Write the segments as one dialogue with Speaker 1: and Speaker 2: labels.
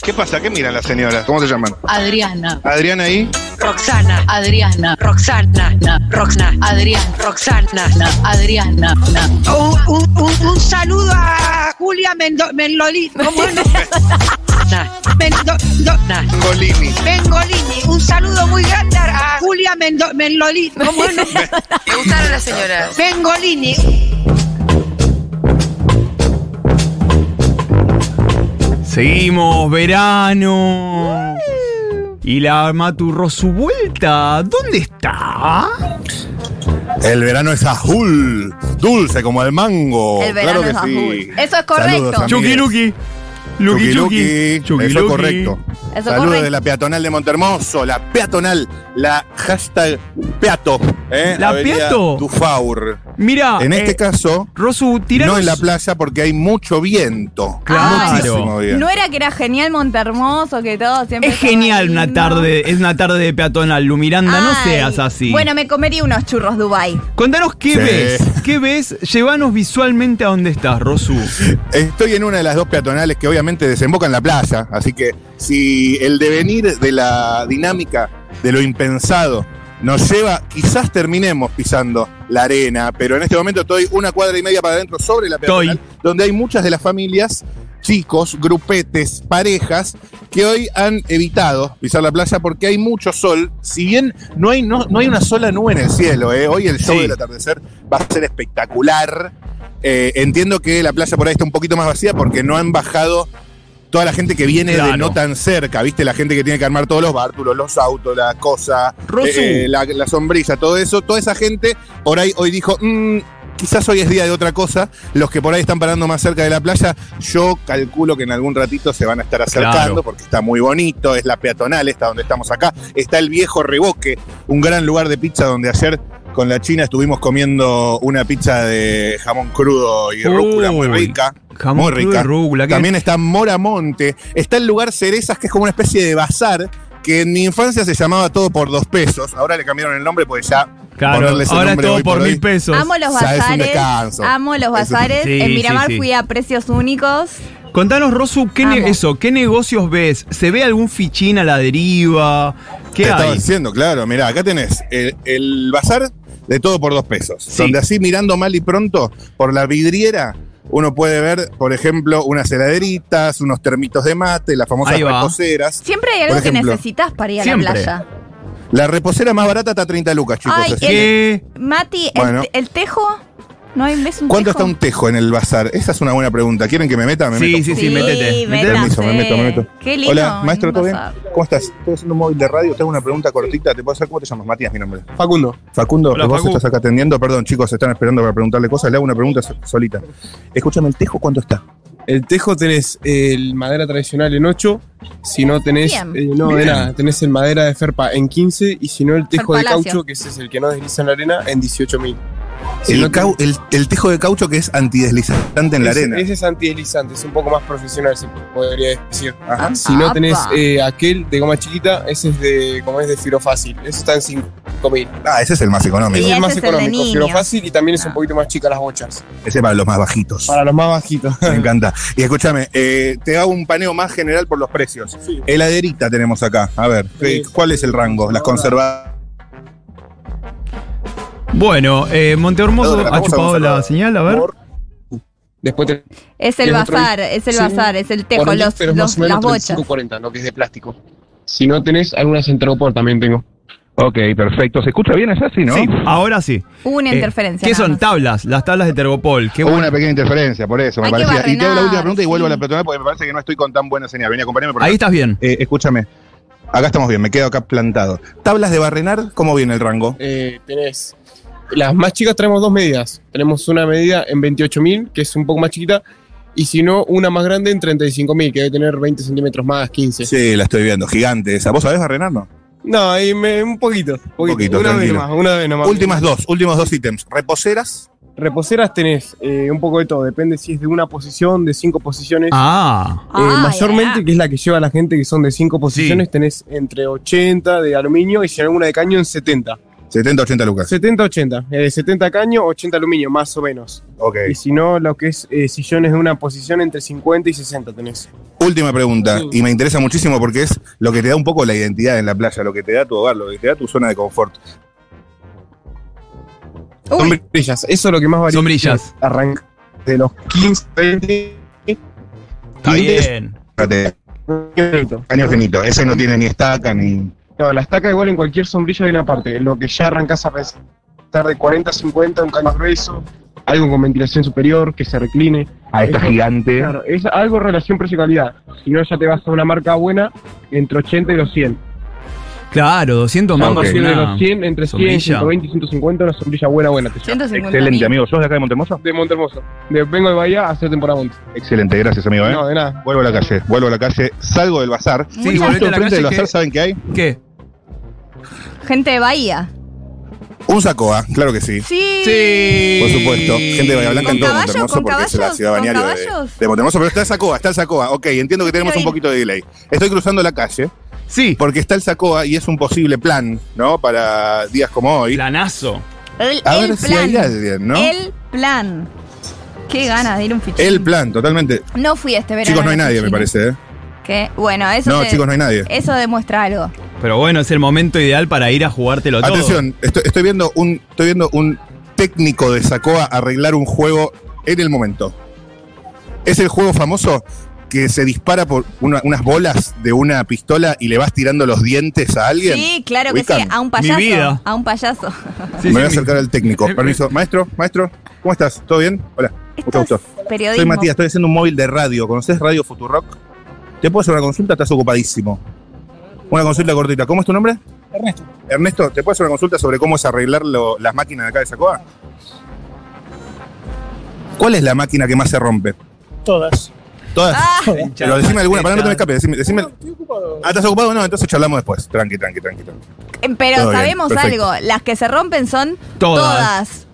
Speaker 1: ¿Qué pasa? ¿Qué miran las señoras? ¿Cómo se llaman?
Speaker 2: Adriana,
Speaker 1: Adriana y
Speaker 3: Roxana,
Speaker 2: Adriana,
Speaker 3: Roxana,
Speaker 2: na,
Speaker 3: Roxana,
Speaker 2: Adriana,
Speaker 3: Roxana.
Speaker 2: na, Adriana, na.
Speaker 3: Un, un- un- un saludo a Julia Mendo Mendolini. ¿Cómo es? Mendo- do-
Speaker 1: Golini.
Speaker 3: Mengolini. Un saludo muy grande a Julia Mendo Mendolini. ¿Cómo es?
Speaker 4: Me gustaron las señoras.
Speaker 3: Mengolini.
Speaker 5: Seguimos, verano. Y la maturró su vuelta. ¿Dónde está?
Speaker 6: El verano es azul, dulce como el mango.
Speaker 4: El verano
Speaker 6: claro que
Speaker 4: es azul.
Speaker 6: sí.
Speaker 4: Eso es correcto.
Speaker 6: Saludos, amigues.
Speaker 5: Chucky Luki. Luki
Speaker 6: Chuquiluqui.
Speaker 5: Chucky.
Speaker 6: Eso es correcto.
Speaker 4: Eso
Speaker 6: Saludos
Speaker 4: correcto.
Speaker 6: de la peatonal de Montermoso, la peatonal, la hashtag peato. ¿eh?
Speaker 5: ¿La
Speaker 6: Avenida
Speaker 5: peato? Ah, eh,
Speaker 6: Dufaur.
Speaker 5: Mira,
Speaker 6: en este caso,
Speaker 5: Rosu, tiranos.
Speaker 6: no en la playa porque hay mucho viento.
Speaker 5: Claro.
Speaker 6: Muchísimo viento.
Speaker 4: No era que era genial Montermoso, que todo siempre.
Speaker 5: Es
Speaker 4: estaba
Speaker 5: genial una
Speaker 4: lindo.
Speaker 5: tarde, es una tarde de peatonal, Lumiranda, no
Speaker 4: Ay.
Speaker 5: seas así.
Speaker 4: Bueno, me comería unos churros Dubai.
Speaker 5: Contanos qué
Speaker 6: Sí.
Speaker 5: ves, qué ves, llévanos visualmente a dónde estás, Rosu.
Speaker 6: Estoy en una de las dos peatonales que obviamente desemboca en la playa, así que si el devenir de la dinámica de lo impensado nos lleva, quizás terminemos pisando la arena, pero en este momento estoy una cuadra y media para adentro sobre la peatonal, donde hay muchas de las familias, chicos, grupetes, parejas, que hoy han evitado pisar la playa porque hay mucho sol, si bien no hay, no, no hay una sola nube en el cielo, ¿eh? hoy el show
Speaker 5: Sí.
Speaker 6: del atardecer va a ser espectacular. Eh, entiendo que la playa por ahí está un poquito más vacía porque no han bajado toda la gente que viene
Speaker 5: Claro.
Speaker 6: de no tan cerca, ¿viste? La gente que tiene que armar todos los bártulos, los autos, la cosa,
Speaker 5: Rosu.
Speaker 6: eh, la, la sombrilla, todo eso. Toda esa gente por ahí hoy dijo, "Mm, quizás hoy es día de otra cosa. Los que por ahí están parando más cerca de la playa, yo calculo que en algún ratito se van a estar acercando
Speaker 5: Claro.
Speaker 6: porque está muy bonito, es la peatonal, está donde estamos acá. Está el viejo Reboque, un gran lugar de pizza donde ayer con la China estuvimos comiendo una pizza de jamón crudo y
Speaker 5: Uy,
Speaker 6: rúcula muy rica.
Speaker 5: jamón
Speaker 6: muy
Speaker 5: crudo y
Speaker 6: rica.
Speaker 5: rúcula, ¿qué?
Speaker 6: También está Moramonte. Está el lugar Cerezas, que es como una especie de bazar, que en mi infancia se llamaba todo por dos pesos. Ahora le cambiaron el nombre porque ya
Speaker 5: Claro,
Speaker 6: ponerle ese
Speaker 5: ahora es
Speaker 6: nombre
Speaker 5: todo
Speaker 6: hoy
Speaker 5: por mil
Speaker 6: hoy-
Speaker 5: pesos.
Speaker 4: Amo los
Speaker 6: Ya es un
Speaker 4: bazares.
Speaker 6: descanso.
Speaker 4: Amo los
Speaker 6: Es un-
Speaker 4: bazares.
Speaker 5: Sí,
Speaker 4: en Miramar
Speaker 5: sí, sí.
Speaker 4: fui a precios únicos.
Speaker 5: Contanos, Rosu, ¿qué ne-
Speaker 4: Amo.
Speaker 5: eso, ¿qué negocios ves? ¿Se ve algún fichín a la deriva? ¿Qué
Speaker 6: Te estaba
Speaker 5: hay?
Speaker 6: diciendo, claro, mirá, acá tenés el, el bazar de todo por dos pesos.
Speaker 5: Sí.
Speaker 6: Donde así mirando mal y pronto, por la vidriera, uno puede ver, por ejemplo, unas heladeritas, unos termitos de mate, las famosas
Speaker 5: Ahí va.
Speaker 6: reposeras.
Speaker 4: Siempre hay
Speaker 6: Por
Speaker 4: algo que
Speaker 6: ejemplo.
Speaker 4: necesitas para ir a
Speaker 5: Siempre.
Speaker 4: la playa.
Speaker 6: La reposera más barata está a 30 lucas, chicos. así
Speaker 4: Ay, el-
Speaker 6: que-
Speaker 5: ¿Qué?
Speaker 4: Mati, el
Speaker 6: Bueno.
Speaker 4: te- el, tejo. ¿No hay ves un
Speaker 6: ¿Cuánto
Speaker 4: tejo?
Speaker 6: está un tejo en el bazar? Esa es una buena pregunta. ¿Quieren que me meta? Me
Speaker 5: Sí,
Speaker 6: meto.
Speaker 5: sí, sí, métete. Métete.
Speaker 4: Sí, métase.
Speaker 6: Permiso, me meto, me meto.
Speaker 4: Qué lindo.
Speaker 6: Hola, maestro,
Speaker 4: un
Speaker 6: ¿todo bien?
Speaker 4: bazar.
Speaker 6: ¿Cómo estás? Estoy haciendo un móvil de radio, tengo una pregunta cortita, ¿te puedo hacer? ¿Cómo te llamas? Matías, mi nombre. Facundo. Facundo,
Speaker 5: Hola,
Speaker 6: vos
Speaker 5: Facu.
Speaker 6: estás acá atendiendo, perdón, chicos, están esperando para preguntarle cosas, le hago una pregunta so- solita. Escúchame, ¿el tejo cuánto está?
Speaker 7: El tejo tenés el madera tradicional en 8, si no tenés,
Speaker 4: Bien.
Speaker 7: eh, no, de
Speaker 6: Bien.
Speaker 7: nada, tenés el madera de ferpa en 15 y si no el tejo de
Speaker 4: Ferpalacio.
Speaker 7: caucho, que ese es el que no desliza en la arena, en 18.000. Si
Speaker 6: el,
Speaker 7: no
Speaker 6: cau- el- el tejo de caucho que es antideslizante en la
Speaker 7: ese-
Speaker 6: arena.
Speaker 7: Ese es antideslizante, es un poco más profesional, se podría decir.
Speaker 6: Ajá.
Speaker 7: Si no tenés
Speaker 4: Apa.
Speaker 7: eh, aquel de goma chiquita, ese es de, como es de fibro fácil, eso está en 5.000.
Speaker 6: Ah, ese es el más económico,
Speaker 4: Sí.
Speaker 7: Ese
Speaker 4: ese
Speaker 7: es más
Speaker 4: es el de
Speaker 7: económico,
Speaker 4: niño.
Speaker 7: fibro fácil y también es
Speaker 4: Ah.
Speaker 7: un poquito más chica las bochas.
Speaker 6: ese para los más bajitos.
Speaker 1: Ah.
Speaker 7: Para los más bajitos.
Speaker 6: Me encanta. Y escúchame, eh, te hago un paneo más general por los precios.
Speaker 7: Sí.
Speaker 6: Heladerita tenemos acá. A ver, ¿qué-
Speaker 7: Sí.
Speaker 6: ¿cuál es el rango? Las conservadas.
Speaker 5: Bueno, eh, Montehormoso
Speaker 6: Vamos a
Speaker 5: ha chupado
Speaker 6: Gonzalo.
Speaker 5: la señal, a ver.
Speaker 6: Mor-
Speaker 7: Después tenés
Speaker 4: Es el
Speaker 7: Y el otro-
Speaker 4: bazar, es el
Speaker 7: sí.
Speaker 4: bazar, es el tejo,
Speaker 7: Orange,
Speaker 4: los,
Speaker 7: pero es
Speaker 4: los-
Speaker 7: más o menos
Speaker 4: las bochas.
Speaker 7: 35, 40, lo que es de plástico. Si no tenés, algunas en Tergopor también tengo.
Speaker 6: Ok, perfecto. ¿Se escucha bien allá? Sí, ¿no?
Speaker 5: Sí, ahora sí.
Speaker 4: Hubo una
Speaker 5: Eh,
Speaker 4: interferencia.
Speaker 5: ¿Qué
Speaker 4: nada
Speaker 5: son?
Speaker 4: más.
Speaker 5: Tablas, las tablas de Tergopol. Qué
Speaker 6: Hubo
Speaker 5: bueno.
Speaker 6: una pequeña interferencia, por eso, me
Speaker 4: Hay que
Speaker 6: parecía. y te hago la
Speaker 4: barrenar,
Speaker 6: última pregunta y vuelvo a la
Speaker 4: sí.
Speaker 6: peatonal porque me parece que no estoy con tan buena señal. Vení, acompáñame por acá.
Speaker 5: Ahí estás bien.
Speaker 6: Eh, escúchame. Acá estamos bien, me quedo acá plantado. ¿Tablas de barrenar? ¿Cómo viene el rango?
Speaker 7: Eh, tenés. Las más chicas tenemos dos medidas. Tenemos una medida en 28.000, que es un poco más chiquita, y si no, una más grande en 35.000, que debe tener 20 centímetros más, 15.
Speaker 6: Sí, la estoy viendo, gigante esa. ¿Vos sabés barrenar, no?
Speaker 7: No, ahí me, un poquito. poquito.
Speaker 6: Poquito,
Speaker 7: una vez
Speaker 6: tranquilo.
Speaker 7: nomás, una vez nomás.
Speaker 6: Últimas dos, últimos dos ítems. Reposeras.
Speaker 7: Reposeras tenés eh, un poco de todo, depende si es de una posición, de cinco posiciones.
Speaker 5: Ah,
Speaker 7: Eh,
Speaker 4: Ay,
Speaker 7: mayormente,
Speaker 4: ah.
Speaker 7: que es la que lleva la gente que son de cinco posiciones, tenés entre 80 de aluminio y si alguna de caño en 70.
Speaker 1: 70, 80 lucas.
Speaker 7: 70-80. eh, 70 caño, 80 aluminio, más o menos.
Speaker 1: Ok.
Speaker 7: Y si no, lo que es eh, sillones de una posición entre 50 y 60 tenés.
Speaker 1: Última pregunta, y me interesa muchísimo porque es lo que te da un poco la identidad en la playa, lo que te da tu hogar, lo que te da tu zona de confort.
Speaker 7: Sombrillas, eso es lo que más varía.
Speaker 5: Sombrillas.
Speaker 7: Arranca de los 15, 20.
Speaker 5: Está bien.
Speaker 1: Fíjate, Caño finito, ese no tiene ni estaca ni.
Speaker 7: No, la estaca igual en cualquier sombrilla hay una parte. Lo que ya arrancás a pensar de 40 50, un caño más grueso, algo con ventilación superior, que se recline.
Speaker 1: Ah, está
Speaker 7: Eso-
Speaker 1: gigante.
Speaker 7: Claro, es algo relación precio y calidad. Si no, ya te vas a una marca buena entre 80 y los 100.
Speaker 5: Claro, 200
Speaker 1: Ah,
Speaker 7: A
Speaker 5: mangos.
Speaker 1: ok.
Speaker 7: partir de
Speaker 5: una-
Speaker 7: los 100, entre 100,
Speaker 5: sombrilla.
Speaker 7: 120 y 150, una sombrilla buena, buena. Te lleva.
Speaker 4: 150
Speaker 1: Excelente, amigo. ¿Sos de acá de Montemoso?
Speaker 7: De Montermoso. De, vengo de Bahía a hacer temporada Monte.
Speaker 1: Excelente, gracias, amigo. ¿eh?
Speaker 7: No, de nada.
Speaker 1: Vuelvo a la calle, vuelvo a la calle, salgo del bazar.
Speaker 5: Sí,
Speaker 4: Muchas-
Speaker 5: volvete a la
Speaker 1: Enfrente del
Speaker 5: calle.
Speaker 1: bazar,
Speaker 5: que-
Speaker 1: ¿saben qué hay?
Speaker 5: ¿Qué?
Speaker 4: Gente de Bahía.
Speaker 1: Un sacoa, claro que sí.
Speaker 4: Sí.
Speaker 5: Sí.
Speaker 1: Por supuesto, gente de Bahía Blanca en
Speaker 4: ¿Con
Speaker 1: todo
Speaker 4: caballos?
Speaker 1: Montemoso
Speaker 4: ¿Con
Speaker 1: porque es la
Speaker 4: caballos?
Speaker 1: ciudad
Speaker 4: ¿Con
Speaker 1: balneario de,
Speaker 4: caballos?
Speaker 1: de Montemoso, pero está el Sacoa, está el Sacoa. Ok, entiendo que tenemos
Speaker 4: Quiero
Speaker 1: un
Speaker 4: ir.
Speaker 1: poquito de delay. Estoy cruzando la calle
Speaker 5: Sí.
Speaker 1: porque está el Sacoa y es un posible plan, ¿no? Para días como hoy.
Speaker 5: Planazo.
Speaker 4: El,
Speaker 1: A
Speaker 4: el
Speaker 1: ver si hay
Speaker 4: plan.
Speaker 1: alguien, ¿no?
Speaker 4: El plan. Qué ganas de ir a un fichín.
Speaker 1: El plan, totalmente.
Speaker 4: No fui este verano.
Speaker 1: Chicos, no hay
Speaker 4: a los
Speaker 1: nadie, me
Speaker 4: fichines.
Speaker 1: parece. ¿eh?
Speaker 4: ¿Qué? Bueno, eso,
Speaker 1: No,
Speaker 4: te-
Speaker 1: chicos, no hay nadie.
Speaker 4: eso demuestra algo.
Speaker 5: Pero bueno, es el momento ideal para ir a jugártelo todo.
Speaker 1: Atención, estoy, estoy viendo un, estoy viendo un técnico de Sacoa arreglar un juego en el momento. Es el juego famoso que se dispara por una- unas bolas de una pistola y le vas tirando los dientes a alguien.
Speaker 4: Sí, claro que
Speaker 1: Ubican.
Speaker 4: sí. A un payaso.
Speaker 5: Mi vida.
Speaker 4: A un payaso.
Speaker 5: Sí,
Speaker 1: Me
Speaker 5: sí,
Speaker 1: voy a
Speaker 5: mi-
Speaker 1: acercar al técnico.
Speaker 5: Eh,
Speaker 1: Permiso. Maestro, maestro, ¿cómo estás? ¿Todo bien? Hola, mucho
Speaker 4: Esto
Speaker 1: gusto.
Speaker 4: es periodismo.
Speaker 1: Soy Matías, estoy haciendo un móvil de radio. ¿Conoces Radio Futurock? ¿Te puedo hacer una consulta? Estás ocupadísimo. Una consulta cortita. ¿Cómo es tu nombre? Ernesto. Ernesto, ¿te puedo hacer una consulta sobre cómo es arreglar lo- las máquinas de acá de Sacoa? ¿Cuál es la máquina que más se rompe?
Speaker 6: Todas.
Speaker 1: Todas.
Speaker 4: Ah,
Speaker 1: Pero decime alguna, para no te me escape, decime, decime-
Speaker 6: Estoy ocupado.
Speaker 1: Ah, ¿estás ocupado? No, entonces charlamos después. Tranqui, tranqui, tranqui. tranqui. Todo
Speaker 4: em, pero
Speaker 1: bien,
Speaker 4: sabemos
Speaker 1: perfecto.
Speaker 4: algo. Las que se rompen son
Speaker 5: Todas.
Speaker 4: todas.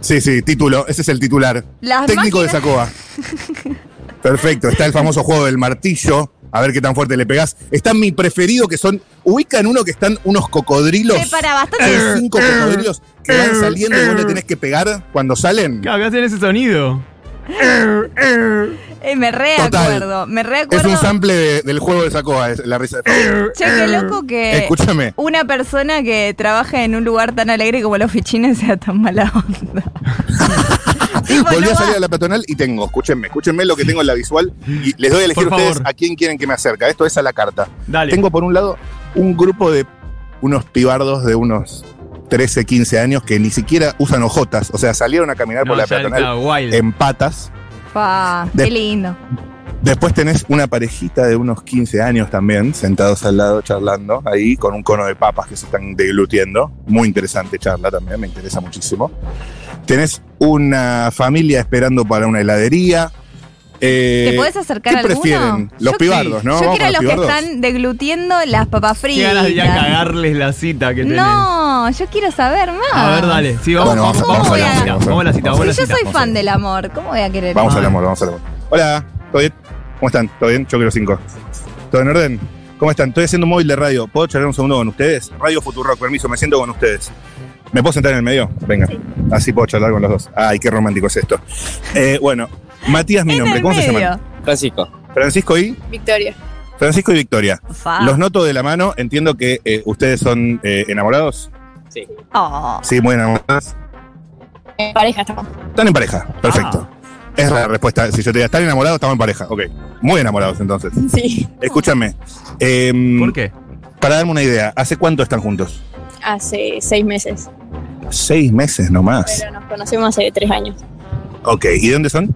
Speaker 1: Sí, sí, título. Ese es el titular.
Speaker 4: Las
Speaker 1: Técnico
Speaker 4: máquinas-
Speaker 1: de Sacoa. Perfecto, está el famoso juego del martillo. A ver qué tan fuerte le pegás. Está mi preferido, que son. Ubican uno que están unos cocodrilos.
Speaker 4: Se para
Speaker 1: Hay
Speaker 4: bastante.
Speaker 1: cinco cocodrilos que van saliendo y vos le tenés que pegar cuando salen.
Speaker 5: Claro, ¿qué hacen ese sonido?
Speaker 4: Eh, me reacuerdo. Me
Speaker 1: Es
Speaker 4: reacuerdo.
Speaker 1: un sample de- del juego de Sacoa, es la risa de
Speaker 4: Che, qué loco que.
Speaker 1: Escúchame.
Speaker 4: Una persona que trabaja en un lugar tan alegre como los fichines sea tan mala onda. Tipo,
Speaker 1: Volví
Speaker 4: no
Speaker 1: a salir
Speaker 4: va-
Speaker 1: a la peatonal y tengo, escúchenme, escúchenme lo que tengo en la visual y les doy a elegir
Speaker 5: Por
Speaker 1: ustedes
Speaker 5: favor.
Speaker 1: a quién quieren que me acerca. Esto es a la carta.
Speaker 5: Dale.
Speaker 1: Tengo por un lado un grupo de unos pibardos de unos 13, 15 años que ni siquiera usan hojotas, o sea, salieron a caminar por
Speaker 5: No,
Speaker 1: la Eh,
Speaker 5: ya
Speaker 1: peatonal
Speaker 5: está, wild.
Speaker 1: en patas.
Speaker 4: Pa,
Speaker 1: De-
Speaker 4: qué lindo.
Speaker 1: Después tenés una parejita de unos 15 años también, sentados al lado charlando, ahí con un cono de papas que se están deglutiendo. Muy interesante charla también, me interesa muchísimo. Tenés una familia esperando para una heladería. Eh,
Speaker 4: ¿Te podés acercar
Speaker 1: ¿qué
Speaker 4: a alguno?
Speaker 1: prefieren? Los
Speaker 4: Yo-
Speaker 1: pibardos, ¿no?
Speaker 4: Yo
Speaker 1: Vamos
Speaker 4: quiero a
Speaker 1: con
Speaker 4: los que
Speaker 1: pibardos.
Speaker 4: están deglutiendo las papas
Speaker 5: Qué
Speaker 4: fritas.
Speaker 5: ganas de ir a cagarles la cita que tenés.
Speaker 4: no, yo quiero saber más.
Speaker 5: A ver, dale. Sí, vamos,
Speaker 1: Bueno, vamos a-
Speaker 5: vamos,
Speaker 4: vamos a
Speaker 5: a la
Speaker 4: ver.
Speaker 5: cita. Vamos a la cita.
Speaker 4: Si
Speaker 5: Vamos a la
Speaker 4: yo
Speaker 5: cita.
Speaker 4: soy
Speaker 1: vamos a
Speaker 4: fan
Speaker 1: ver.
Speaker 4: del amor, ¿cómo voy a querer?
Speaker 1: Vamos al
Speaker 5: Ay.
Speaker 1: amor, vamos al amor. Hola, ¿todo bien? ¿Cómo están? ¿Todo bien? Yo quiero cinco. ¿Todo en orden? ¿Cómo están? Estoy haciendo un móvil de radio. ¿Puedo charlar un segundo con ustedes? Radio Futurock, permiso, me siento con ustedes. ¿Me puedo sentar en el medio? Venga. Así puedo charlar con los dos. Ay, qué romántico es esto. Eh, bueno, Matías, mi
Speaker 4: En
Speaker 1: nombre.
Speaker 4: el
Speaker 1: ¿Cómo se
Speaker 4: medio.
Speaker 1: llama? Francisco y.
Speaker 8: Victoria.
Speaker 1: Francisco y Victoria.
Speaker 4: Fa.
Speaker 1: Los noto de la mano. Entiendo que eh, ustedes son eh, enamorados.
Speaker 4: Oh.
Speaker 1: Sí, muy enamorados.
Speaker 8: En pareja estamos. Ah.
Speaker 1: Están en pareja. Perfecto. Es la respuesta. Si yo te digo, están enamorados, estamos en pareja. Ok. Muy enamorados entonces.
Speaker 8: Sí.
Speaker 1: Escúchame. em,
Speaker 5: ¿Por qué?
Speaker 1: Para darme una idea, ¿hace cuánto están juntos?
Speaker 8: Hace seis meses.
Speaker 1: Seis meses nomás.
Speaker 8: Pero nos conocemos hace tres años.
Speaker 1: Ok, ¿y de dónde son?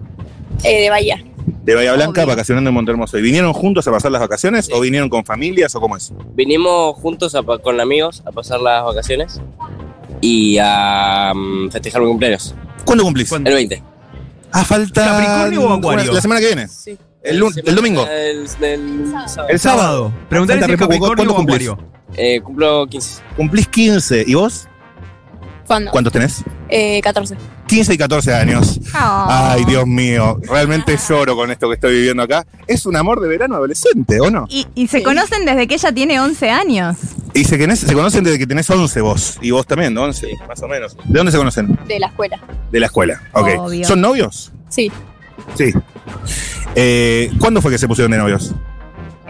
Speaker 8: Eh, de Bahía.
Speaker 1: De Bahía Blanca,
Speaker 4: Obvio.
Speaker 1: vacacionando en Montermoso. ¿Y vinieron juntos a pasar las vacaciones o vinieron con familias o cómo es?
Speaker 9: Vinimos juntos a pa- con amigos a pasar las vacaciones y a mm, festejar mi cumpleaños.
Speaker 1: ¿Cuándo cumplís?
Speaker 5: ¿Cuándo?
Speaker 9: El 20.
Speaker 1: Ah, falta.
Speaker 5: ¿Capricornio o acuario?
Speaker 1: La semana que viene.
Speaker 9: Sí.
Speaker 1: El lu- el domingo.
Speaker 9: El, del sábado.
Speaker 1: El sábado.
Speaker 5: Preguntale
Speaker 1: Falta
Speaker 5: si es
Speaker 1: re poco.
Speaker 5: Capricornio
Speaker 1: ¿Cuándo
Speaker 5: o
Speaker 1: cumplís?
Speaker 5: Acuario.
Speaker 9: Eh, cumplo 15.
Speaker 1: Cumplís 15. ¿Y vos?
Speaker 8: ¿Cuándo?
Speaker 1: ¿Cuántos tenés?
Speaker 8: Eh, 14.
Speaker 1: 15 y 14 años.
Speaker 4: oh. Ah.
Speaker 1: Ay, Dios mío. Realmente
Speaker 10: Ah.
Speaker 1: lloro con esto que estoy viviendo acá. Es un amor de verano adolescente, ¿o no?
Speaker 4: Y, y se
Speaker 8: Sí.
Speaker 4: conocen desde que ella tiene 11 años.
Speaker 6: Y se, conocen- se conocen desde que tenés 11 vos. Y vos también, 11, más o menos. ¿De dónde se conocen?
Speaker 8: de la escuela.
Speaker 6: De la escuela. Ok.
Speaker 4: Obvio.
Speaker 6: ¿Son novios?
Speaker 8: Sí,
Speaker 6: Sí. Eh, ¿Cuándo fue que se pusieron de novios?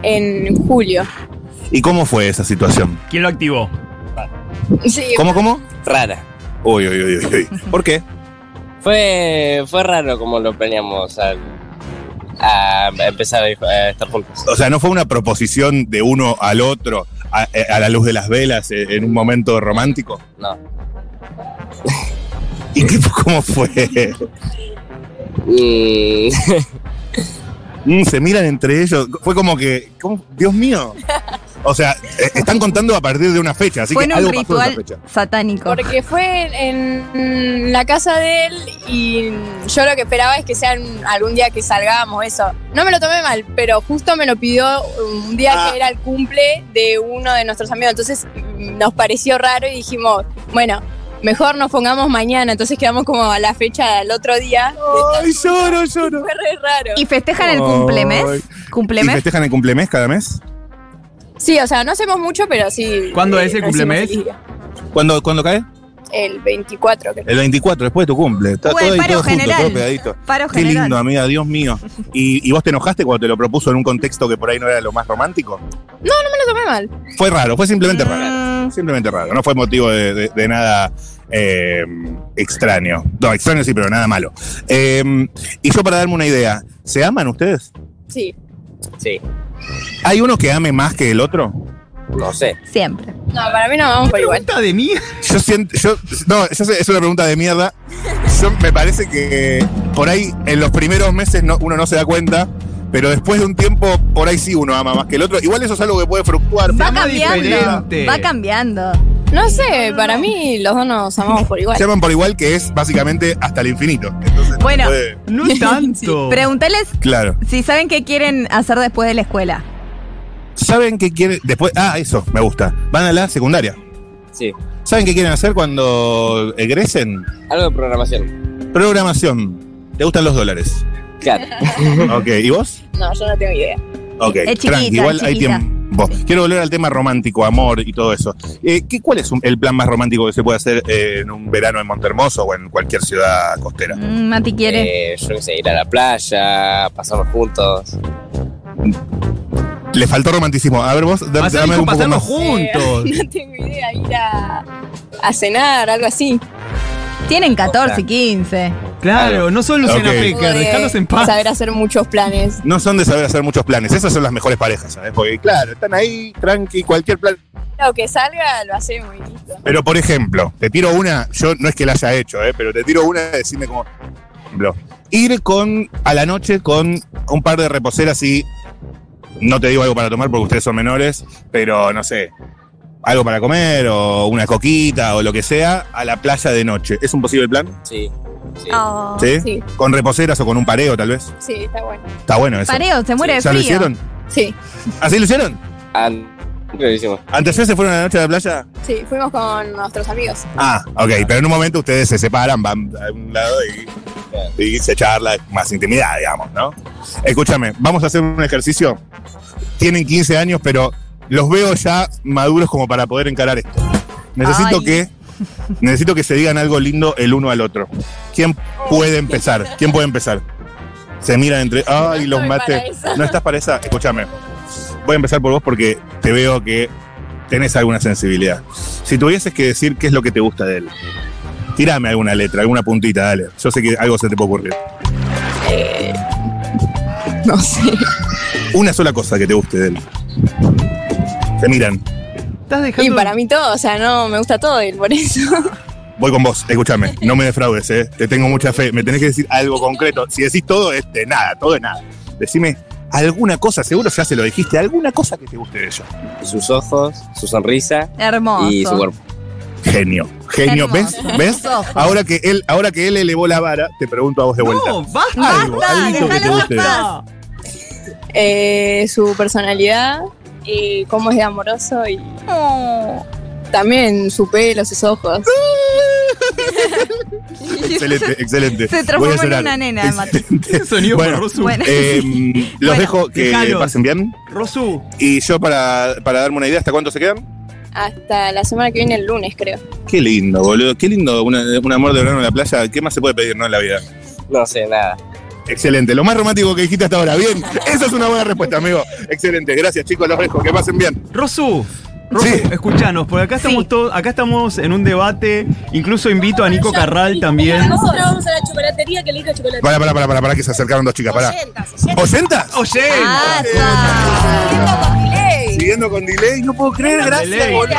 Speaker 8: en julio.
Speaker 6: ¿Y cómo fue esa situación?
Speaker 5: ¿Quién lo activó?
Speaker 8: Sí,
Speaker 6: ¿Cómo, cómo?
Speaker 10: Rara.
Speaker 6: Uy, uy, uy, uy, uy. ¿Por qué?
Speaker 10: Fue, fue raro como lo planeamos al, a empezar a, a estar juntos.
Speaker 6: O sea, no fue una proposición de uno al otro a, eh, a la luz de las velas eh, en un momento romántico.
Speaker 10: No.
Speaker 6: ¿Y qué, cómo fue?
Speaker 10: Mm,
Speaker 6: Mm, Se miran entre ellos. Fue como que, ¿cómo? Dios mío. O sea, eh, están contando a partir de una fecha, así
Speaker 4: Fue en
Speaker 6: que
Speaker 4: un
Speaker 6: algo pasó en esa
Speaker 4: ritual
Speaker 6: fecha.
Speaker 4: satánico.
Speaker 8: porque fue en, en la casa de él y yo lo que esperaba es que sea en- algún día que salgamos, eso. No me lo tomé mal, pero justo me lo pidió un día
Speaker 6: Ah.
Speaker 8: que era el cumple de uno de nuestros amigos. Entonces mm, nos pareció raro y dijimos, bueno, mejor nos pongamos mañana. Entonces quedamos como a la fecha del otro día.
Speaker 6: Ay, lloro, lloro.
Speaker 8: Fue re raro.
Speaker 4: ¿Y festejan el
Speaker 6: Ay.
Speaker 4: cumplemes?
Speaker 6: ¿Y
Speaker 4: ¿Cumplemes?
Speaker 6: festejan el cumplemes cada mes?
Speaker 8: Sí, o sea, no hacemos mucho, pero sí. eh,
Speaker 5: ¿Cuándo es el
Speaker 8: nos hicimos
Speaker 5: cumplemes?
Speaker 8: feliz día.
Speaker 6: ¿Cuándo, ¿Cuándo cae?
Speaker 8: El 24, creo.
Speaker 6: El 24, después de tu cumple. Está
Speaker 4: Fue el
Speaker 6: todo ahí,
Speaker 4: paro
Speaker 6: todo junto,
Speaker 4: general.
Speaker 6: todo pegadito.
Speaker 4: Paro
Speaker 6: Qué
Speaker 4: general.
Speaker 6: lindo, amiga, Dios mío. ¿Y, y vos te enojaste cuando te lo propuso en un contexto que por ahí no era lo más romántico?
Speaker 8: No me lo tomé mal.
Speaker 6: Fue raro, fue simplemente raro.
Speaker 4: Mm,
Speaker 6: Simplemente raro, no fue motivo de, de- de nada eh, extraño. No, extraño sí, pero nada malo. Eh, y yo para darme una idea, ¿se aman ustedes?
Speaker 8: Sí.
Speaker 10: sí,
Speaker 6: ¿Hay uno que ame más que el otro?
Speaker 10: no sé.
Speaker 4: Mm, siempre.
Speaker 8: No, para mí no vamos por igual.
Speaker 5: Pregunta de mí.
Speaker 6: Yo siento, yo, no, yo sé, es una pregunta de mierda. Yo, me parece que por ahí en los primeros meses no- uno no se da cuenta, pero después de un tiempo por ahí sí uno ama más que el otro. Igual eso es algo que puede fluctuar.
Speaker 4: Va
Speaker 5: Llama
Speaker 4: cambiando.
Speaker 5: diferente.
Speaker 4: Va cambiando.
Speaker 8: No sé, para mí los dos nos amamos por igual.
Speaker 6: Se aman por igual que es básicamente hasta el infinito. Entonces,
Speaker 4: Bueno,
Speaker 6: puede-
Speaker 5: No tanto.
Speaker 4: preguntales
Speaker 6: claro.
Speaker 4: si saben qué quieren hacer después de la escuela.
Speaker 6: ¿Saben qué quieren? Después, ah, eso, me gusta. Van a la secundaria.
Speaker 10: Sí.
Speaker 6: ¿Saben qué quieren hacer cuando egresen?
Speaker 10: Algo de programación.
Speaker 6: Programación. ¿Te gustan los dólares?
Speaker 10: Claro.
Speaker 6: ok, ¿y vos?
Speaker 8: No, yo no tengo idea.
Speaker 6: Ok,
Speaker 4: Es chiquita,
Speaker 6: tranqui, igual hay
Speaker 4: chiquita.
Speaker 6: tiempo. Quiero volver al tema romántico, amor y todo eso. Eh, ¿qué, ¿Cuál es un- el plan más romántico que se puede hacer eh, en un verano en Montermoso o en cualquier ciudad costera?
Speaker 4: Mm, Mati quiere.
Speaker 10: Eh, yo qué sé, ir a la playa, pasarnos juntos.
Speaker 6: Le faltó romanticismo. A ver, vos, da-
Speaker 5: Pasar,
Speaker 6: dame
Speaker 5: dijo,
Speaker 6: un poco
Speaker 5: pasarnos
Speaker 6: más.
Speaker 5: juntos.
Speaker 8: No tengo idea, ir a, a cenar, algo así.
Speaker 4: Tienen 14, 15.
Speaker 5: Claro, no son los
Speaker 6: Ok.
Speaker 5: Pecker,
Speaker 8: Como de
Speaker 5: dejarlos en paz.
Speaker 8: Saber hacer muchos planes.
Speaker 6: No son de saber hacer muchos planes. Esas son las mejores parejas, ¿sabes? Porque, claro, están ahí, tranqui, cualquier plan.
Speaker 8: Lo que salga lo hacemos y listo.
Speaker 6: Pero, por ejemplo, te tiro una, yo no es que la haya hecho, ¿eh? pero te tiro una y decime como. por ejemplo, Ir con, a la noche con un par de reposeras y. No te digo algo para tomar porque ustedes son menores, pero no sé. Algo para comer o una coquita o lo que sea a la playa de noche. ¿Es un posible plan?
Speaker 10: Sí. sí.
Speaker 11: Ah.
Speaker 6: ¿Sí?
Speaker 8: Sí,
Speaker 6: Con reposeras o con un pareo, tal vez.
Speaker 8: sí, está bueno.
Speaker 6: Está bueno eso.
Speaker 4: Pareo, se muere de
Speaker 6: ¿Ya lo
Speaker 4: frío.
Speaker 6: hicieron?
Speaker 8: Sí,
Speaker 6: ¿Así lo hicieron?
Speaker 10: Ah, nunca lo hicimos.
Speaker 6: ¿Antes de se fueron a la noche a la playa?
Speaker 8: sí, fuimos con nuestros amigos.
Speaker 6: Ah, ok, pero en un momento ustedes se separan, van a un lado y, y se charla, más intimidad, digamos, ¿no? Escúchame, vamos a hacer un ejercicio. Tienen 15 años, pero los veo ya maduros como para poder encarar esto. Necesito
Speaker 4: Ay.
Speaker 6: que necesito que se digan algo lindo el uno al otro. ¿Quién puede empezar? ¿Quién puede empezar? Se miran entre, ay, los
Speaker 8: estoy
Speaker 6: maté.
Speaker 8: para esa.
Speaker 6: No estás para esa, escúchame. Voy a empezar por vos porque te veo que tenés alguna sensibilidad. Si tuvieses que decir qué es lo que te gusta de él, tirame alguna letra, alguna puntita, dale. Yo sé que algo se te puede ocurrir.
Speaker 8: No sé.
Speaker 6: Una sola cosa que te guste de él. Se miran.
Speaker 5: Estás
Speaker 8: Y
Speaker 5: dejando.
Speaker 8: para mí todo, o sea, no, me gusta todo él, por eso.
Speaker 6: Voy con vos, escúchame, no me defraudes, ¿eh? te tengo mucha fe, me tenés que decir algo concreto. Si decís todo, es de nada, todo es nada. Decime alguna cosa, seguro ya se lo dijiste, alguna cosa que te guste de ella.
Speaker 10: Sus ojos, su sonrisa
Speaker 4: Hermoso.
Speaker 10: y su cuerpo.
Speaker 6: Genio, genio, ¿ves?
Speaker 4: Hermoso.
Speaker 6: ¿Ves?
Speaker 4: Ojos.
Speaker 6: Ahora que, él, ahora que él elevó la vara, te pregunto a vos de vuelta.
Speaker 5: No, basta.
Speaker 6: Algo,
Speaker 4: Basta,
Speaker 6: algo que te
Speaker 4: déjalo
Speaker 6: guste.
Speaker 4: en paz.
Speaker 8: Eh, su personalidad y cómo es de amoroso y
Speaker 4: Oh.
Speaker 8: también su pelo, sus ojos.
Speaker 6: Excelente, excelente.
Speaker 4: Se transformó
Speaker 6: Voy a
Speaker 4: en
Speaker 6: llorar.
Speaker 4: una nena, Mati.
Speaker 6: Excelente.
Speaker 5: Sonido
Speaker 6: Bueno,
Speaker 5: para Rosu.
Speaker 4: bueno.
Speaker 6: Em, los
Speaker 4: Bueno,
Speaker 6: dejo que
Speaker 5: déjalos.
Speaker 6: pasen bien.
Speaker 5: Rosu,
Speaker 6: Y yo, para, para darme una idea, ¿hasta cuánto se quedan?
Speaker 8: hasta la semana que viene, el lunes, creo.
Speaker 6: Qué lindo, boludo. Qué lindo una- un amor de verano en la playa. ¿Qué más se puede pedir, no, en la vida?
Speaker 10: No sé, nada.
Speaker 6: Excelente. Lo más romántico que dijiste hasta ahora. Bien. Esa es una buena respuesta, amigo. Excelente. Gracias, chicos. Los dejo. Que pasen bien.
Speaker 5: Rosu, Rosu,
Speaker 6: Sí.
Speaker 5: escuchanos, porque acá estamos
Speaker 4: Sí.
Speaker 5: todos, acá estamos en un debate, incluso invito a Nico Carral también.
Speaker 11: Nosotros vamos a la chocolatería que elige chocolate.
Speaker 6: Pará, pará, pará, pará, pará, que se acercaron dos chicas. Pará. ¿Oyentas?
Speaker 5: Oye,
Speaker 6: Ah,
Speaker 4: ¡Pasa!
Speaker 6: Siguiendo con delay. No puedo creer. Gracias,
Speaker 5: delay.
Speaker 6: boludo.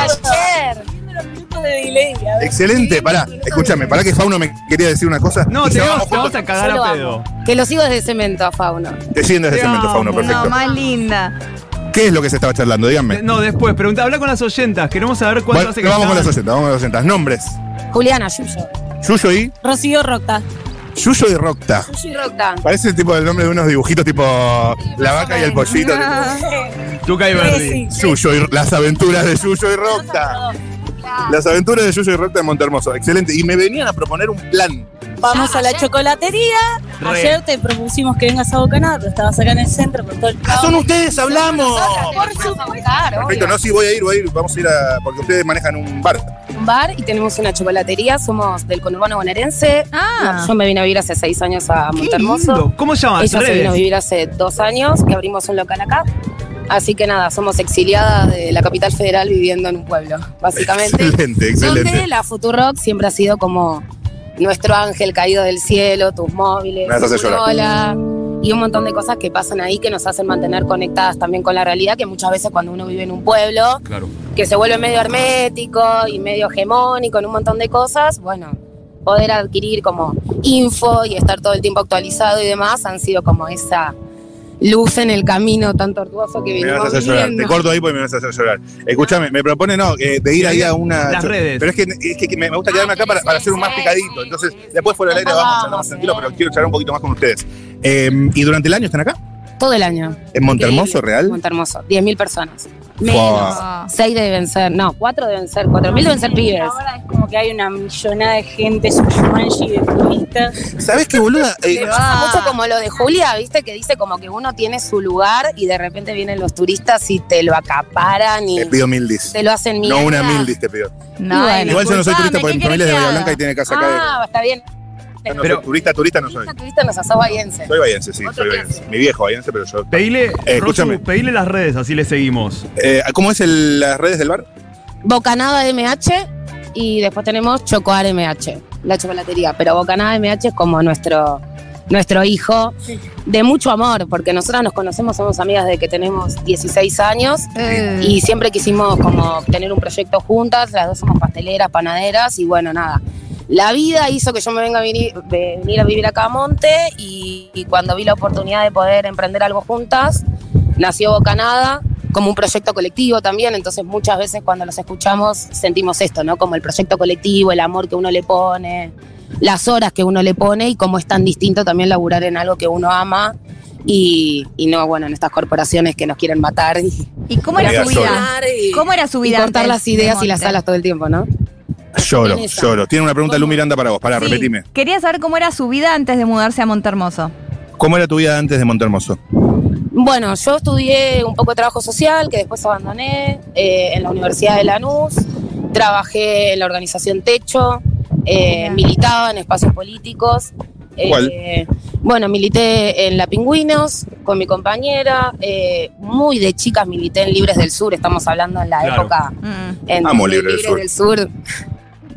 Speaker 6: Excelente. Pará. Escúchame. Pará que Fauno me quería decir una cosa.
Speaker 5: no,
Speaker 6: Y
Speaker 5: te
Speaker 6: ya
Speaker 5: vamos,
Speaker 6: vamos
Speaker 5: te vamos
Speaker 6: juntos.
Speaker 5: a cagar
Speaker 11: Yo lo
Speaker 5: a
Speaker 11: amo.
Speaker 5: pedo.
Speaker 11: Que lo sigo desde cemento a Fauno.
Speaker 6: Te siguen desde
Speaker 4: No,
Speaker 6: cemento, Fauno. Perfecto.
Speaker 4: No, más linda.
Speaker 6: ¿Qué es lo que se estaba charlando?
Speaker 5: De-
Speaker 6: Díganme.
Speaker 5: No, después, pregunta, habla con las oyentas, queremos saber cuánto
Speaker 6: Bueno,
Speaker 5: hace que
Speaker 6: vamos con las
Speaker 5: estaban.
Speaker 6: oyentas. Vamos con las oyentas. Nombres.
Speaker 11: Juliana, Yuyo.
Speaker 6: Yuyo y...
Speaker 11: Rocío Rocta.
Speaker 6: Yuyo y Rocta.
Speaker 11: Yuyo y Rocta.
Speaker 6: Parece tipo el nombre de unos dibujitos tipo la vaca y el pollito.
Speaker 5: Tuca y Verdi.
Speaker 11: Sí.
Speaker 6: Yuyo y las aventuras de Yuyo y Rocta. Las aventuras de Yuyo y Rocta de Montermoso. Excelente. Y me venían a proponer un plan.
Speaker 11: Vamos a la chocolatería.
Speaker 5: Re.
Speaker 11: Ayer te propusimos que vengas a Bocanar, pero estabas acá en el centro con todo el
Speaker 6: Ah, son ustedes! ¡Hablamos!
Speaker 8: Por supuesto.
Speaker 6: Perfecto, no, sí, voy a ir, voy a ir, vamos a ir a. Porque ustedes manejan un bar.
Speaker 11: un bar y tenemos una chocolatería. Somos del conurbano bonaerense.
Speaker 4: Ah,
Speaker 11: Yo me vine a vivir hace seis años a
Speaker 5: Qué
Speaker 11: Montermoso.
Speaker 5: lindo. ¿Cómo se llama?
Speaker 11: Ella se vino a
Speaker 5: Redes.
Speaker 11: vivir hace dos años, que abrimos un local acá. Así que nada, somos exiliadas de la capital federal viviendo en un pueblo, básicamente.
Speaker 6: Excelente,
Speaker 11: Donde
Speaker 6: excelente.
Speaker 11: la Futurock siempre ha sido como nuestro ángel caído del cielo, tus móviles,
Speaker 6: Me haces
Speaker 11: tu
Speaker 6: llorar.
Speaker 11: consola, y un montón de cosas que pasan ahí que nos hacen mantener conectadas también con la realidad, que muchas veces cuando uno vive en un pueblo,
Speaker 5: Claro.
Speaker 11: que se vuelve medio hermético y medio hegemónico en un montón de cosas, bueno, poder adquirir como info y estar todo el tiempo actualizado y demás han sido como esa luz en el camino tan tortuoso que
Speaker 6: Me vas a
Speaker 11: vinimos
Speaker 6: hacer llorar. Te
Speaker 11: viviendo.
Speaker 6: corto ahí porque me vas a hacer llorar. Escúchame, me propone no, eh, de ir ahí a una.
Speaker 5: Las redes.
Speaker 6: Pero es que, es que me me gusta
Speaker 11: Ah,
Speaker 6: quedarme acá para, para hacer un más picadito. Entonces, después fuera del aire vamos a charlar más tranquilo, pero quiero charlar un poquito más con ustedes. Eh, ¿Y durante el año están acá?
Speaker 11: Todo el año.
Speaker 6: ¿En Montermoso
Speaker 11: Increíble.
Speaker 6: Real?
Speaker 11: Montermoso, 10.000 personas.
Speaker 6: Fua.
Speaker 4: Ah.
Speaker 11: Seis deben ser, no, cuatro deben ser, cuatro mil deben ser pibes.
Speaker 12: Ahora es como que hay una millonada de gente, Shumanji, de turistas.
Speaker 6: ¿Sabés qué, boluda? Eh,
Speaker 11: Me pasa mucho como lo de Julia, ¿viste? Que dice como que uno tiene su lugar y de repente vienen los turistas y te lo acaparan y
Speaker 6: te pido mildis.
Speaker 11: te lo hacen mierda.
Speaker 6: Eh, No una mildis te pido.
Speaker 4: No,
Speaker 11: bueno.
Speaker 6: Igual yo no soy
Speaker 11: Disculpame,
Speaker 6: turista porque
Speaker 11: ¿qué
Speaker 6: mi familia
Speaker 11: querés
Speaker 6: es
Speaker 11: que
Speaker 6: de Bahía
Speaker 11: haga?
Speaker 6: Blanca y tiene casa acá. de-
Speaker 11: Ah, está bien.
Speaker 6: Yo no soy
Speaker 5: pero-
Speaker 6: turista, turista no soy.
Speaker 11: Turista, turista, nos asó bahiense.
Speaker 6: Soy bahiense, sí, soy bahiense. Mi viejo bahiense, pero yo...
Speaker 5: Pedile,
Speaker 6: Eh, escúchame.
Speaker 5: Rosu, pedile las redes, así le seguimos.
Speaker 6: Eh, ¿Cómo es el- las redes del bar?
Speaker 11: Bocanada MH y después tenemos Chocoar MH, la chocolatería. Pero Bocanada MH es como nuestro, nuestro hijo de mucho amor, porque nosotras nos conocemos, somos amigas desde que tenemos 16 años
Speaker 4: eh,
Speaker 11: y siempre quisimos como tener un proyecto juntas, las dos somos pasteleras, panaderas y bueno, nada. La vida hizo que yo me venga a venir, venir a vivir acá a Monte y, y cuando vi la oportunidad de poder emprender algo juntas, nació Bocanada como un proyecto colectivo también, entonces muchas veces cuando los escuchamos sentimos esto, ¿no? Como el proyecto colectivo, el amor que uno le pone, las horas que uno le pone y cómo es tan distinto también laburar en algo que uno ama y, y no, bueno, en estas corporaciones que nos quieren matar y,
Speaker 4: ¿Y cómo era
Speaker 6: Mira,
Speaker 4: su
Speaker 6: yo-
Speaker 4: vida? ¿Cómo era su
Speaker 11: y
Speaker 4: vida?
Speaker 11: cortar
Speaker 4: antes
Speaker 11: las
Speaker 4: de
Speaker 11: ideas y las
Speaker 4: Monte?
Speaker 11: alas todo el tiempo, ¿no?
Speaker 6: Lloro,
Speaker 11: En esa.
Speaker 6: lloro. Tiene una pregunta Lu Miranda para vos. Pará,
Speaker 4: Sí.
Speaker 6: Ah, repetime.
Speaker 4: Quería saber cómo era su vida antes de mudarse a Montermoso.
Speaker 6: ¿Cómo era tu vida antes de Montermoso?
Speaker 11: Bueno, yo estudié un poco de trabajo social, que después abandoné eh, en la Universidad de Lanús, trabajé en la organización Techo, eh,
Speaker 4: Mira.
Speaker 11: militaba en espacios políticos. eh,
Speaker 6: ¿Cuál?
Speaker 11: Bueno, milité en La Pingüinos con mi compañera, eh, muy de chicas milité en Libres del Sur, estamos hablando en la
Speaker 5: Claro.
Speaker 11: época.
Speaker 4: Mm,
Speaker 11: En
Speaker 6: Amo Libres del Sur.
Speaker 11: Sur.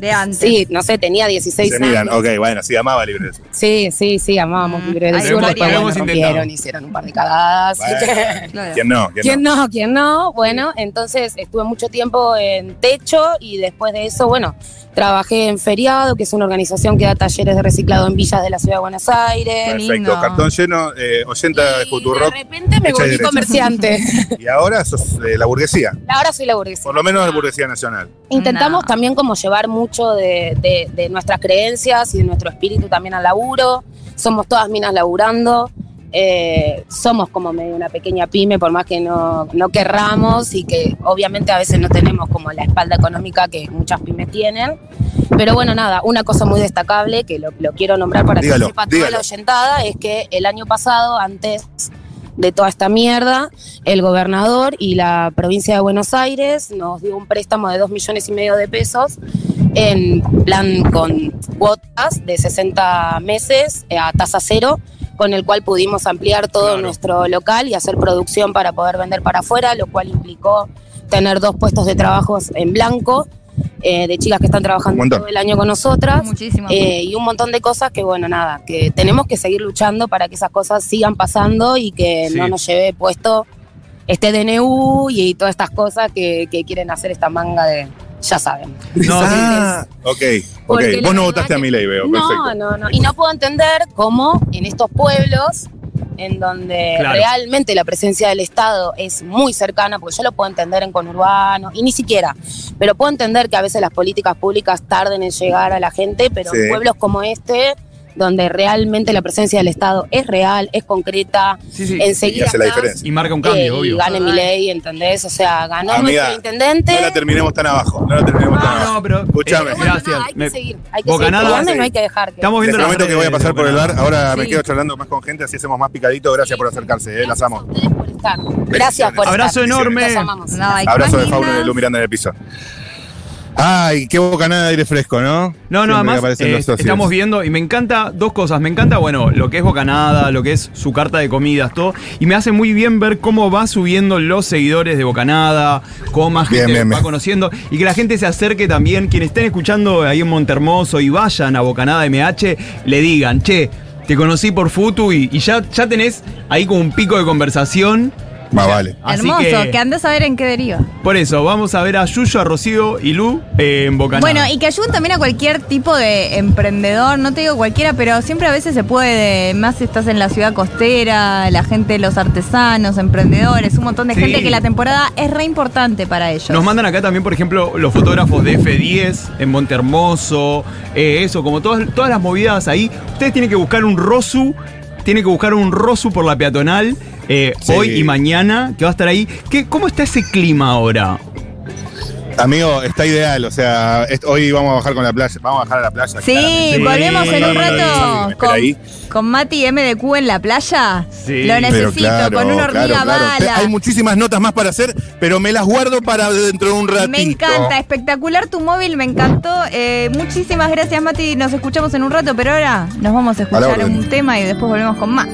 Speaker 4: de antes.
Speaker 11: Sí, no sé, tenía 16
Speaker 6: Se
Speaker 11: años.
Speaker 6: miran, ok, bueno, sí, amaba Libre del Sur.
Speaker 11: Sí, sí, sí, amábamos
Speaker 4: Mm.
Speaker 11: Libre del
Speaker 4: Ahí
Speaker 11: Sur.
Speaker 4: hemos-
Speaker 11: Después,
Speaker 4: ahí
Speaker 11: bueno,
Speaker 5: hemos
Speaker 11: rompieron,
Speaker 5: intentado.
Speaker 11: hicieron un par de cagadas.
Speaker 6: Bueno,
Speaker 4: Claro.
Speaker 6: ¿Quién no? ¿Quién
Speaker 11: ¿Quién no? ¿Quién no? Bueno, entonces estuve mucho tiempo en Techo y después de eso, bueno, trabajé en Feriado, que es una organización que da talleres de reciclado en villas de la ciudad de Buenos Aires.
Speaker 4: Qué
Speaker 6: Perfecto,
Speaker 4: lindo.
Speaker 6: cartón lleno, eh, 80 de
Speaker 11: Y
Speaker 6: Futurock.
Speaker 11: de repente me
Speaker 6: hecha
Speaker 11: volví
Speaker 6: derecha.
Speaker 11: comerciante.
Speaker 6: Y ahora sos de la burguesía,
Speaker 11: Ahora soy la burguesa.
Speaker 6: por lo menos la burguesía nacional.
Speaker 11: Intentamos
Speaker 4: No.
Speaker 11: también como llevar mucho de, de- de nuestras creencias y de nuestro espíritu también al laburo. Somos todas minas laburando. eh, somos como medio una pequeña pyme, por más que no, no querramos y que obviamente a veces no tenemos como la espalda económica que muchas pymes tienen. Pero bueno, nada, una cosa muy destacable que lo, lo quiero nombrar para
Speaker 6: Dígalo,
Speaker 11: que sepa toda
Speaker 6: dígalo.
Speaker 11: la oyentada es que el año pasado, antes de toda esta mierda, el gobernador y la provincia de Buenos Aires nos dio un préstamo de 2 millones y medio de pesos en plan con cuotas de 60 meses eh, a tasa cero, con el cual pudimos ampliar todo nuestro local y hacer producción para poder vender para afuera, lo cual implicó tener dos puestos de trabajo en blanco eh, de chicas que están trabajando
Speaker 6: Un montón.
Speaker 11: todo el año con nosotras
Speaker 4: Muchísimo.
Speaker 11: eh, y un montón de cosas que, bueno, nada, que tenemos que seguir luchando para que esas cosas sigan pasando y que
Speaker 5: Sí.
Speaker 11: no nos lleve puesto este DNU y, todas estas cosas que, que quieren hacer esta manga de, ya saben.
Speaker 5: No,
Speaker 6: Ah, ok, ok.
Speaker 11: Porque la
Speaker 6: Vos no
Speaker 11: verdad
Speaker 6: votaste a
Speaker 11: que-
Speaker 6: mi ley, veo, perfecto.
Speaker 11: No, no, no. Y no puedo entender cómo en estos pueblos, en donde
Speaker 5: Claro.
Speaker 11: realmente la presencia del Estado es muy cercana, porque yo lo puedo entender en conurbano, y ni siquiera, pero puedo entender que a veces las políticas públicas tarden en llegar a la gente, pero
Speaker 6: Sí.
Speaker 11: en pueblos como este, donde realmente la presencia del Estado es real, es concreta,
Speaker 5: Sí, sí.
Speaker 6: Y
Speaker 11: enseguida
Speaker 6: hace la
Speaker 11: estás,
Speaker 6: diferencia.
Speaker 5: Y marca un
Speaker 11: eh,
Speaker 5: cambio,
Speaker 11: y
Speaker 5: obvio.
Speaker 11: gane mi ley, ¿entendés? O sea, ganó
Speaker 6: Amiga,
Speaker 11: nuestro intendente.
Speaker 6: No Ah, la terminemos tan abajo, no la terminemos tan
Speaker 5: No,
Speaker 6: abajo.
Speaker 5: no, pero.
Speaker 6: Escuchame.
Speaker 5: eh,
Speaker 11: Bueno,
Speaker 5: gracias.
Speaker 11: nada, hay que
Speaker 5: Me-
Speaker 11: seguir, hay que seguir
Speaker 5: Bocanada,
Speaker 11: probando y no
Speaker 6: sí.
Speaker 11: hay que dejar que...
Speaker 5: Estamos
Speaker 6: Les
Speaker 5: viendo las
Speaker 6: prometo este que voy a
Speaker 5: redes,
Speaker 6: pasar por el bar.
Speaker 5: Bocanada.
Speaker 6: Ahora me
Speaker 4: Sí.
Speaker 6: quedo charlando más con gente, así hacemos más picadito. Gracias por acercarse, eh, las amo.
Speaker 11: Gracias a ustedes por estar. Gracias por
Speaker 5: Abrazo
Speaker 11: estar.
Speaker 5: enorme.
Speaker 11: Los amamos.
Speaker 4: No, hay
Speaker 6: Abrazo
Speaker 4: más
Speaker 6: de Fauno
Speaker 4: lindas.
Speaker 6: y de Lu Miranda en el piso. Ay, qué bocanada de aire fresco, ¿no?
Speaker 5: No,
Speaker 6: Siempre
Speaker 5: no,
Speaker 6: que
Speaker 5: además
Speaker 6: aparecen
Speaker 5: eh,
Speaker 6: los socios.
Speaker 5: estamos viendo y me encanta dos cosas. Me encanta, bueno, lo que es Bocanada, lo que es su carta de comidas, todo. Y me hace muy bien ver cómo va subiendo los seguidores de Bocanada, cómo más
Speaker 6: Bien,
Speaker 5: gente
Speaker 6: bien,
Speaker 5: va
Speaker 6: bien.
Speaker 5: conociendo. Y que la gente se acerque también, quienes estén escuchando ahí en Montermoso y vayan a Bocanada MH, le digan, che, te conocí por Futu y, y ya, ya tenés ahí como un pico de conversación.
Speaker 6: Más vale.
Speaker 5: Así
Speaker 4: Hermoso,
Speaker 5: que-
Speaker 4: que, andas a ver en qué deriva.
Speaker 5: Por eso, vamos a ver a Yuyo, a Rocío y Lu eh, en Bocanada.
Speaker 4: Bueno, y que ayuden también a cualquier tipo de emprendedor, no te digo cualquiera, pero siempre a veces se puede, más si estás en la ciudad costera, la gente, los artesanos, emprendedores, un montón de
Speaker 5: Sí.
Speaker 4: gente que la temporada es re importante para ellos.
Speaker 5: Nos mandan acá también, por ejemplo, los fotógrafos de F10 en Monte Hermoso, eh, eso, como todas, todas las movidas ahí. Ustedes tienen que buscar un Rosu, tienen que buscar un Rosu por la peatonal eh,
Speaker 6: Sí.
Speaker 5: hoy y mañana, que va a estar ahí. ¿Qué, ¿Cómo está ese clima ahora?
Speaker 6: Amigo, está ideal. O sea, est- hoy vamos a bajar con la playa. Vamos a bajar a la playa.
Speaker 4: Sí,
Speaker 6: claramente.
Speaker 4: volvemos
Speaker 5: Sí.
Speaker 4: en
Speaker 6: Maravilloso,
Speaker 4: un
Speaker 6: me
Speaker 4: rato
Speaker 6: espera ahí.
Speaker 4: con, con Mati MDQ en la playa.
Speaker 5: Sí.
Speaker 4: Lo
Speaker 5: Pero
Speaker 4: necesito, con una hormiga
Speaker 6: Te-
Speaker 4: bala.
Speaker 6: Hay muchísimas notas más para hacer, pero me las guardo para dentro de un ratito.
Speaker 4: Me encanta, espectacular tu móvil, me encantó. Eh, muchísimas gracias, Mati. Nos escuchamos en un rato, pero ahora nos vamos a
Speaker 6: A la
Speaker 4: escuchar
Speaker 6: orden.
Speaker 4: un tema y después volvemos con más.